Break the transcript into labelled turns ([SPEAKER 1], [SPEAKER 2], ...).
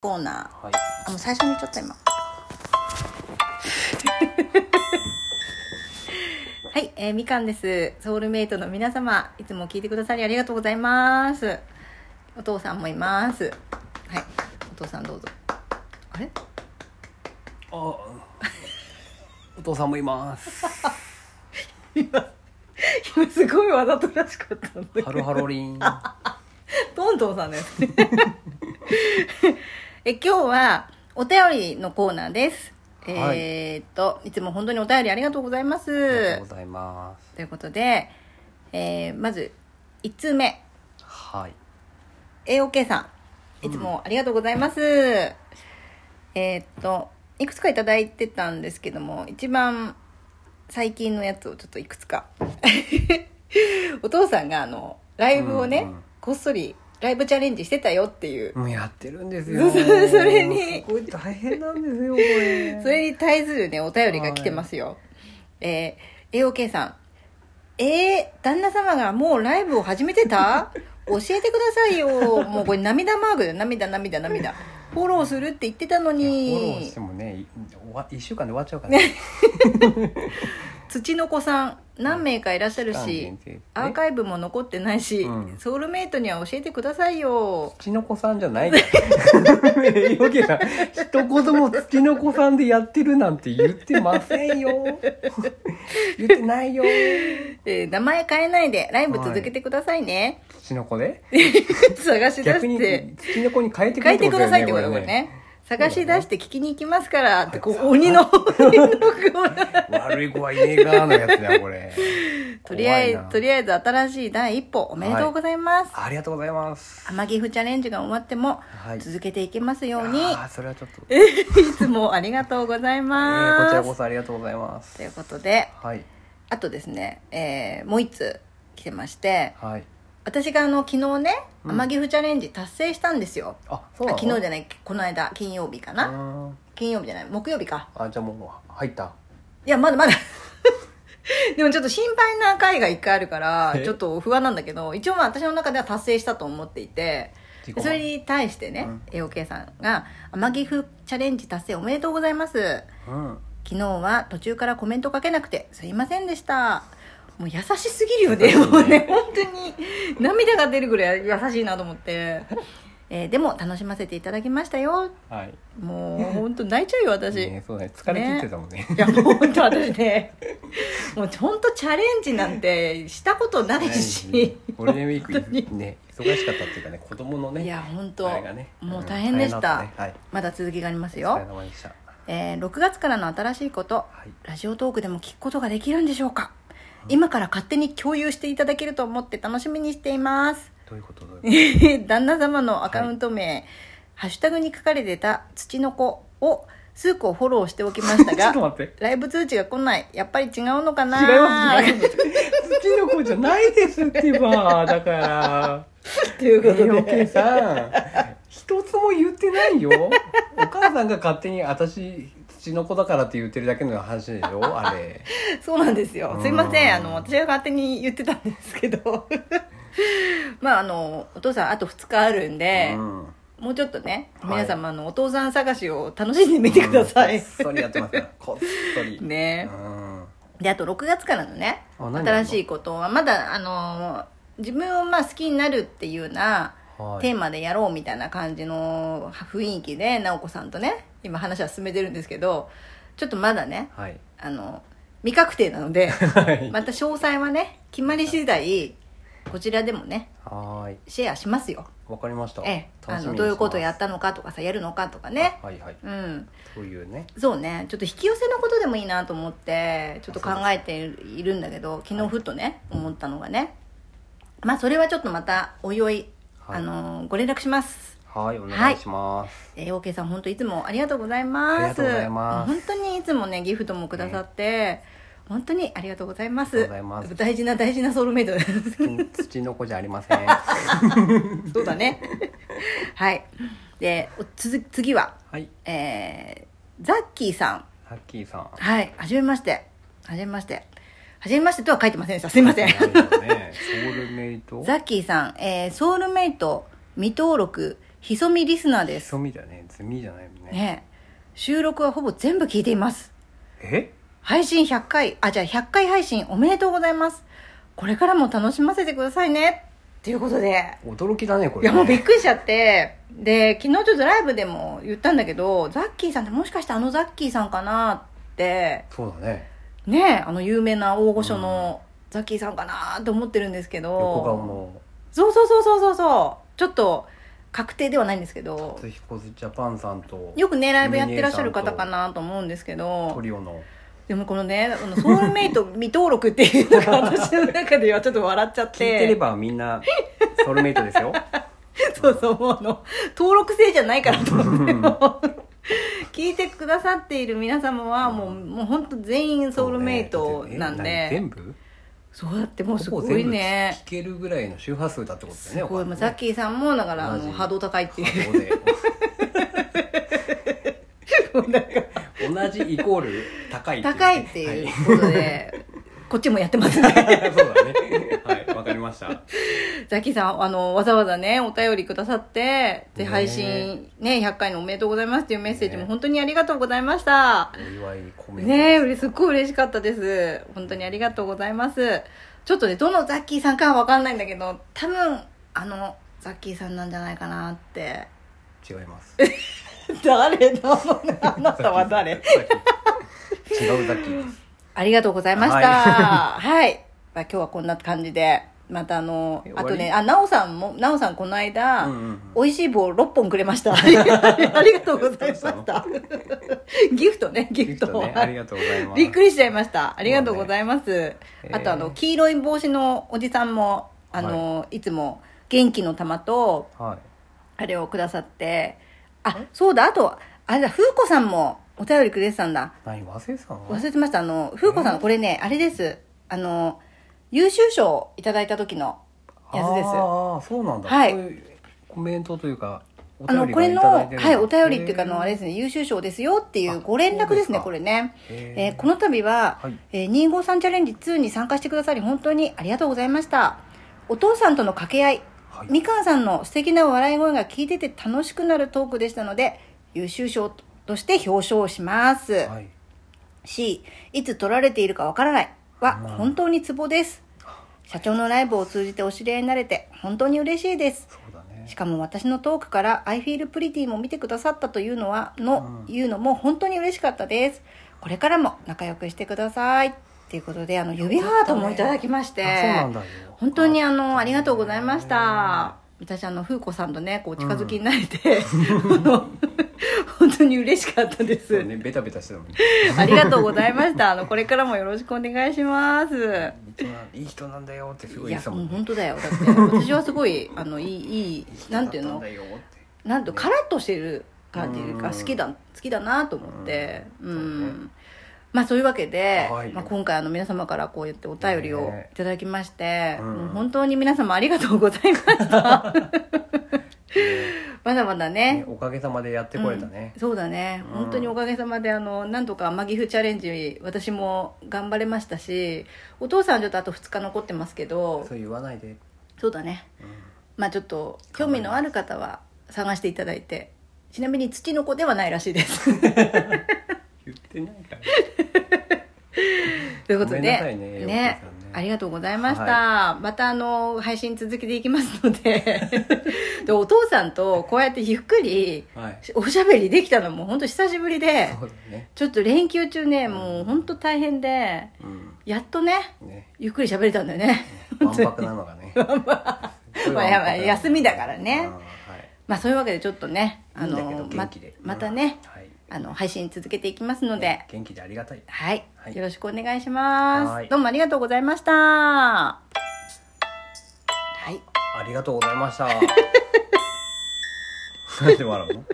[SPEAKER 1] コーナー
[SPEAKER 2] はい
[SPEAKER 1] あもう最初にちょっと今 はい、えーみかんですソウルメイトの皆様いつも聞いてくださりありがとうございますお父さんもいますはいお父さんどうぞあれ
[SPEAKER 2] あお父さんもいます
[SPEAKER 1] 今すごいわざとらしかったんだけど
[SPEAKER 2] ハロハロリ ン
[SPEAKER 1] トントンさんですね え今日はお便りのコーナーです、
[SPEAKER 2] はい
[SPEAKER 1] えーっといつも本当にお便りありがとうございま
[SPEAKER 2] ありがと
[SPEAKER 1] す
[SPEAKER 2] うございます
[SPEAKER 1] ということで、えーまず1通目
[SPEAKER 2] はい
[SPEAKER 1] AOK さんいつもありがとうございます、えーっといくつかいただいてたんですけども一番最近のやつをちょっといくつか お父さんがあのライブをね、
[SPEAKER 2] うんうん
[SPEAKER 1] こっそりライブチャレンジしてたよっていう
[SPEAKER 2] もうやってるんです よ
[SPEAKER 1] そそそれに
[SPEAKER 2] すごい大変なんです よこれ
[SPEAKER 1] それに対するねお便りが来てますよ、えー、AOK さんえー、旦那様がもうライブを始めて た教えてくださいよもうこれ涙マークで涙涙涙フォローするって言ってたの
[SPEAKER 2] フォロー
[SPEAKER 1] に
[SPEAKER 2] してもねい終わ1週間で終わっちゃう からね
[SPEAKER 1] 土の子さん何名かいらっしゃる
[SPEAKER 2] 期間
[SPEAKER 1] し
[SPEAKER 2] 限定ね
[SPEAKER 1] アーカイブも残ってないし、
[SPEAKER 2] うん
[SPEAKER 1] ソウルメイトには教えてくださいよ
[SPEAKER 2] 土の子さんじゃないから。 えよけな。一言も土の子さんでやってるなんて言ってません よ。言ってないよ。
[SPEAKER 1] えー名前変えないでライブ続けてくださいね、
[SPEAKER 2] 土の子で
[SPEAKER 1] 探し出
[SPEAKER 2] 逆
[SPEAKER 1] し
[SPEAKER 2] に
[SPEAKER 1] て
[SPEAKER 2] 土の子に変えてく
[SPEAKER 1] 書
[SPEAKER 2] るっ
[SPEAKER 1] い
[SPEAKER 2] て
[SPEAKER 1] て
[SPEAKER 2] こ
[SPEAKER 1] く
[SPEAKER 2] とだ
[SPEAKER 1] ださ
[SPEAKER 2] よね。
[SPEAKER 1] いってことだもん
[SPEAKER 2] こ
[SPEAKER 1] ね
[SPEAKER 2] れね
[SPEAKER 1] 探し出して聞きに行きますからってこう鬼の鬼の 声
[SPEAKER 2] 悪い子はいねえがーのやつだよ、こ れ。
[SPEAKER 1] とりあえ
[SPEAKER 2] 怖い
[SPEAKER 1] ず
[SPEAKER 2] な
[SPEAKER 1] とりあえず新しい第一歩おめでとうございます、
[SPEAKER 2] ありがとうございます。
[SPEAKER 1] 天岐阜チャレンジが終わっても
[SPEAKER 2] はい
[SPEAKER 1] 続けていけますように、
[SPEAKER 2] あーそれはちょっと。え
[SPEAKER 1] い、つもありがとうござい
[SPEAKER 2] ーこちら
[SPEAKER 1] ます、
[SPEAKER 2] こそありがとうございます
[SPEAKER 1] とい。うことで
[SPEAKER 2] はい。
[SPEAKER 1] あとですね、えーもう一通来てまして
[SPEAKER 2] はい。
[SPEAKER 1] 私があの昨日ね
[SPEAKER 2] うん
[SPEAKER 1] 天岐阜チャレンジ達成したんですよ、
[SPEAKER 2] あ、そうな
[SPEAKER 1] あ
[SPEAKER 2] の
[SPEAKER 1] 昨日じゃないこの間金曜日かな、
[SPEAKER 2] うん
[SPEAKER 1] 金曜日じゃない木曜日か
[SPEAKER 2] あ、じゃあもう、入った。
[SPEAKER 1] いや、まだま だ。でもちょっと心配な回が一回あるから、
[SPEAKER 2] え
[SPEAKER 1] ちょっと不安なんだけど、一応まあ私の中では達成したと思っていて、
[SPEAKER 2] 自己
[SPEAKER 1] それに対してね、AOK さんが、天岐阜チャレンジ達成おめでとうございます。
[SPEAKER 2] うん。
[SPEAKER 1] 昨日は途中からコメントかけなくてすいませんでした。もう優しすぎるよね、もうね、本当に涙が出るぐらい優しいなと思って。えーでも楽しませていただきましたよ。
[SPEAKER 2] はい。
[SPEAKER 1] もう本当泣いちゃうよ、私。
[SPEAKER 2] ね、そうだね。疲れ切ってたもんね。
[SPEAKER 1] いやもう本当私ねもう本当チャレンジなんてしたことないし
[SPEAKER 2] ゴールデンウィーク
[SPEAKER 1] 本当に
[SPEAKER 2] ね忙しかったっていうかね子供のね
[SPEAKER 1] いや本当、
[SPEAKER 2] あれがね
[SPEAKER 1] もう大変でし
[SPEAKER 2] うん大
[SPEAKER 1] た、
[SPEAKER 2] 変だったね
[SPEAKER 1] まだ続きがあります
[SPEAKER 2] はいお疲れ
[SPEAKER 1] よ、
[SPEAKER 2] 様でした
[SPEAKER 1] えー6月からの新しいこと
[SPEAKER 2] はい
[SPEAKER 1] ラジオトークでも聞くことができるんでしょうか今から勝手に共有していただけると思って楽しみにしてい ます
[SPEAKER 2] どういうことどういうこ
[SPEAKER 1] 旦那様のアカウント名、ハッシュタグに書かれてた土の子を数個フォローしておきました
[SPEAKER 2] と ちょっと
[SPEAKER 1] が
[SPEAKER 2] 待って
[SPEAKER 1] ライブ通知が来ないやっぱり違うのかな
[SPEAKER 2] 違います違います 土の子じゃないですってばだから
[SPEAKER 1] ということで、
[SPEAKER 2] よけさん一つも言ってないよお母さんが勝手に私土の子だからって言ってるだけの話でしょあれ
[SPEAKER 1] そうなんですよ
[SPEAKER 2] うん
[SPEAKER 1] すいませんあの私が勝手に言ってたんですけど まああのお父さんあと2日あるんで、
[SPEAKER 2] うん
[SPEAKER 1] もうちょっとね
[SPEAKER 2] はい
[SPEAKER 1] 皆様のお父さん探しを楽しんでみてくださ
[SPEAKER 2] う
[SPEAKER 1] い
[SPEAKER 2] んこ、っそりやってますからこっそりう
[SPEAKER 1] ね
[SPEAKER 2] ん
[SPEAKER 1] であと6月からのね
[SPEAKER 2] あ何
[SPEAKER 1] 新しいことはまだあの自分をまあ好きになるっていうような
[SPEAKER 2] はい
[SPEAKER 1] テーマでやろうみたいな感じの雰囲気で直子さんとね今話は進めてるんですけどちょっとまだね
[SPEAKER 2] はい
[SPEAKER 1] あの未確定なの で
[SPEAKER 2] はい
[SPEAKER 1] また詳細はね決まり次第こちらでもね
[SPEAKER 2] はーい
[SPEAKER 1] シェアしますよ、
[SPEAKER 2] わかりました。
[SPEAKER 1] ええ、あ
[SPEAKER 2] 楽しみ
[SPEAKER 1] の
[SPEAKER 2] に
[SPEAKER 1] どういうことや
[SPEAKER 2] し
[SPEAKER 1] ったのかとかさやるのかとか
[SPEAKER 2] ます
[SPEAKER 1] ね
[SPEAKER 2] はいはい。
[SPEAKER 1] うん
[SPEAKER 2] そういうね。
[SPEAKER 1] そうねちょっと引き寄せのことでもいいなと思ってちょっと考えているんだけど昨日ふとね思ったのがねまあそれはちょっとまたおいおい、
[SPEAKER 2] はい
[SPEAKER 1] あのご連絡します
[SPEAKER 2] はい、お願いします。
[SPEAKER 1] えー OK さん本当いつもありがとうございます
[SPEAKER 2] ありがとうございます
[SPEAKER 1] もう本当にいつもねギフトもくださって、本当にありがとうございま
[SPEAKER 2] あ
[SPEAKER 1] す
[SPEAKER 2] りがとうございます
[SPEAKER 1] 大事な大事なソウルメイトです
[SPEAKER 2] 土土の子じゃあり ません。
[SPEAKER 1] そうだね はいでおつ次は
[SPEAKER 2] はい。
[SPEAKER 1] えーザッキーさん
[SPEAKER 2] ハッキーさん。
[SPEAKER 1] はいはじめましてはじめましてはじめましてとは書いてませんでしたすいません
[SPEAKER 2] ねソウルメイト。
[SPEAKER 1] ザッキーさん、えーソウルメイト未登録ひそみリスナーで
[SPEAKER 2] ひ
[SPEAKER 1] す
[SPEAKER 2] そみだね罪じゃないもんね
[SPEAKER 1] ね収録はほぼ全部聞いています
[SPEAKER 2] え
[SPEAKER 1] 配信100回あじゃあ100回配信おめでとうございますこれからも楽しませてくださいねということで
[SPEAKER 2] 驚きだねこ
[SPEAKER 1] い
[SPEAKER 2] れ
[SPEAKER 1] やもうびっくりしちゃってで昨日ちょっとライブでも言ったんだけどザッキーさんってもしかしてあのザッキーさんかなって
[SPEAKER 2] そうだね
[SPEAKER 1] ねあの有名な大御所のザッキーさんかなと思ってるんですけど
[SPEAKER 2] 横顔の
[SPEAKER 1] そうそうそうそうそうそうちょっと確定ではないんですけど
[SPEAKER 2] 初彦ジャパンさんと
[SPEAKER 1] よくねライブやってらっしゃる方かなと思うんですけ
[SPEAKER 2] ト
[SPEAKER 1] ど
[SPEAKER 2] リオの
[SPEAKER 1] でもこのねあのソウルメイト未登録っていうのが私の中ではちょっと笑っちゃっ
[SPEAKER 2] 聞いてれ
[SPEAKER 1] て
[SPEAKER 2] ばみんなソウルメイトです よ
[SPEAKER 1] そうそうもうあの登録制じゃないからと思っても聞いてくださっている皆様はもうもう本当全員ソウルメイトなん
[SPEAKER 2] そうねえ
[SPEAKER 1] で
[SPEAKER 2] 何全部
[SPEAKER 1] そうだってもうす
[SPEAKER 2] ほぼ
[SPEAKER 1] ご
[SPEAKER 2] 全
[SPEAKER 1] い
[SPEAKER 2] 部
[SPEAKER 1] ね
[SPEAKER 2] 聞けるぐらいの周波数だってことだよね
[SPEAKER 1] すごい、
[SPEAKER 2] お母
[SPEAKER 1] まあ、
[SPEAKER 2] さ
[SPEAKER 1] ザ
[SPEAKER 2] ん
[SPEAKER 1] ッ
[SPEAKER 2] ね
[SPEAKER 1] キーさんもだからあ
[SPEAKER 2] マ
[SPEAKER 1] の
[SPEAKER 2] ジ
[SPEAKER 1] 波動高いっていう
[SPEAKER 2] そうで
[SPEAKER 1] なんか
[SPEAKER 2] 同じイコール高いっていうね
[SPEAKER 1] 高いってい
[SPEAKER 2] は
[SPEAKER 1] うことで、 こっちもやってますね
[SPEAKER 2] そうだね。はい、わかりました。
[SPEAKER 1] ザッキーさんあのわざわざねお便りくださってで
[SPEAKER 2] ね
[SPEAKER 1] 配信ね100回のおめでとうございますっていうメッセージも
[SPEAKER 2] ね
[SPEAKER 1] 本当にありがとうございました、
[SPEAKER 2] お祝いコメント。
[SPEAKER 1] ねえうれすっごい嬉しかったです本当にありがとうございますちょっとねどのザッキーさんかは分かんないんだけど多分あのザッキーさんなんじゃないかなって
[SPEAKER 2] 違います。
[SPEAKER 1] 誰なのあなたは
[SPEAKER 2] ザ
[SPEAKER 1] 誰
[SPEAKER 2] ッキー違う ザッキーです。
[SPEAKER 1] ありがとうございました は、
[SPEAKER 2] はい
[SPEAKER 1] まあ、今日はこんな感じでまたあの
[SPEAKER 2] 終わ
[SPEAKER 1] あ
[SPEAKER 2] り
[SPEAKER 1] とねあなおさんもなおさんこの間、
[SPEAKER 2] うんうんうん
[SPEAKER 1] 美味しい棒6本くれました ありがとうございまし
[SPEAKER 2] どうした
[SPEAKER 1] ギフトねギ
[SPEAKER 2] ギ
[SPEAKER 1] フ
[SPEAKER 2] フ
[SPEAKER 1] ト
[SPEAKER 2] トね、ありがとうございます。
[SPEAKER 1] びっくりしちゃいましたありがとうございます、
[SPEAKER 2] ー
[SPEAKER 1] あとあの黄色い帽子のおじさんもあの、い、つも元気の玉と
[SPEAKER 2] は
[SPEAKER 1] あれをくださってあそうだあとあれだ風子さんもお便りくれてたんだ
[SPEAKER 2] い。何、和製さん
[SPEAKER 1] 忘れてましたあの風子さんこれねあれですあの優秀賞をいただいた時のやつです
[SPEAKER 2] ああ、そうなんだ。
[SPEAKER 1] はい
[SPEAKER 2] そういうコメントというか、お
[SPEAKER 1] あのこれのはいお便りっていうかあのあれですすね優秀賞ですよっていう
[SPEAKER 2] あ
[SPEAKER 1] ご連絡ですね
[SPEAKER 2] そうですか
[SPEAKER 1] これね
[SPEAKER 2] へー
[SPEAKER 1] えーこの度は、
[SPEAKER 2] はい
[SPEAKER 1] えー253チャレンジ2に参加してくださり本当にありがとうございましたお父さんとの掛け合い、
[SPEAKER 2] はい
[SPEAKER 1] みかんさんの素敵な笑い声が聞いてて楽しくなるトークでしたので優秀賞として表彰します、
[SPEAKER 2] ね。はい。
[SPEAKER 1] C いつ取られているかわからないは
[SPEAKER 2] うん
[SPEAKER 1] 本当にツボです社長のライブを通じてお知り合いになれて本当に嬉しいです
[SPEAKER 2] そうだね
[SPEAKER 1] し。かも私のトークから「I feel pretty」も見てくださったというのはの、
[SPEAKER 2] うん
[SPEAKER 1] いうのも本当に嬉しかったですこれからも仲良くしてくださいっていうことであの指ハートもいただきまして、
[SPEAKER 2] あそうなんだよ。
[SPEAKER 1] 本当にあのありがとうございました私あの風子さんとねこう近づきになれて、あ の本当に嬉しかったで
[SPEAKER 2] そ
[SPEAKER 1] す、
[SPEAKER 2] うね、ベタベタしてたもんね。
[SPEAKER 1] ありがとうございましたあのこれからもよろしくお願いし ます
[SPEAKER 2] いい人なんだよってすごい
[SPEAKER 1] い
[SPEAKER 2] 言
[SPEAKER 1] や
[SPEAKER 2] ってたも
[SPEAKER 1] もうん
[SPEAKER 2] ね。
[SPEAKER 1] 本当だよだって私はすごいあのいいいいなんていうの
[SPEAKER 2] いい人だったんだよって
[SPEAKER 1] なんとカラッとしてる感じが
[SPEAKER 2] うん
[SPEAKER 1] 好きだ好きだなと思ってう
[SPEAKER 2] うんんそうね
[SPEAKER 1] まあそういうわけで、
[SPEAKER 2] はい
[SPEAKER 1] まあ、今回あの皆様からこうやってお便りを
[SPEAKER 2] ね
[SPEAKER 1] いただきまして、
[SPEAKER 2] うん
[SPEAKER 1] もう本当に皆様ありがとうございました まだまだね
[SPEAKER 2] ねおかげさまでやってこれたね
[SPEAKER 1] うん、。そうだね、
[SPEAKER 2] うん
[SPEAKER 1] 本当におかげさまであのなんとかマギフチャレンジ私も頑張れましたしお父さんちょっとあと2日残ってますけど
[SPEAKER 2] そう言わないで。
[SPEAKER 1] そうだねまあちょっと興味のある方は探していただいてちなみに土の子ではないらしいです
[SPEAKER 2] 言ってないから。
[SPEAKER 1] ということで
[SPEAKER 2] ごめんなさいね
[SPEAKER 1] ね
[SPEAKER 2] ようこさんね
[SPEAKER 1] ありがとうございました、またあの配信続けていきますので でお父さんとこうやってゆっくり
[SPEAKER 2] はい。
[SPEAKER 1] おしゃべりできたのも本当久しぶりで
[SPEAKER 2] そうだね。
[SPEAKER 1] ちょっと連休中ねもう本当大変で
[SPEAKER 2] うん。
[SPEAKER 1] やっとね
[SPEAKER 2] ね。
[SPEAKER 1] ゆっくり喋れたんだよね
[SPEAKER 2] 万博なのが ね。すごい
[SPEAKER 1] まあやばい
[SPEAKER 2] 万博なの
[SPEAKER 1] 休みだからね
[SPEAKER 2] うんはい。
[SPEAKER 1] まあそういうわけでちょっとねあ
[SPEAKER 2] いいんだけど
[SPEAKER 1] のま
[SPEAKER 2] 元気で
[SPEAKER 1] またね
[SPEAKER 2] うんはい
[SPEAKER 1] あの配信続けていきますので、
[SPEAKER 2] 元気でありがたい。
[SPEAKER 1] はい、
[SPEAKER 2] はい
[SPEAKER 1] よろしくお願いします。
[SPEAKER 2] はい
[SPEAKER 1] どうもありがとうございました。はい。
[SPEAKER 2] ありがとうございました。なんで笑うの？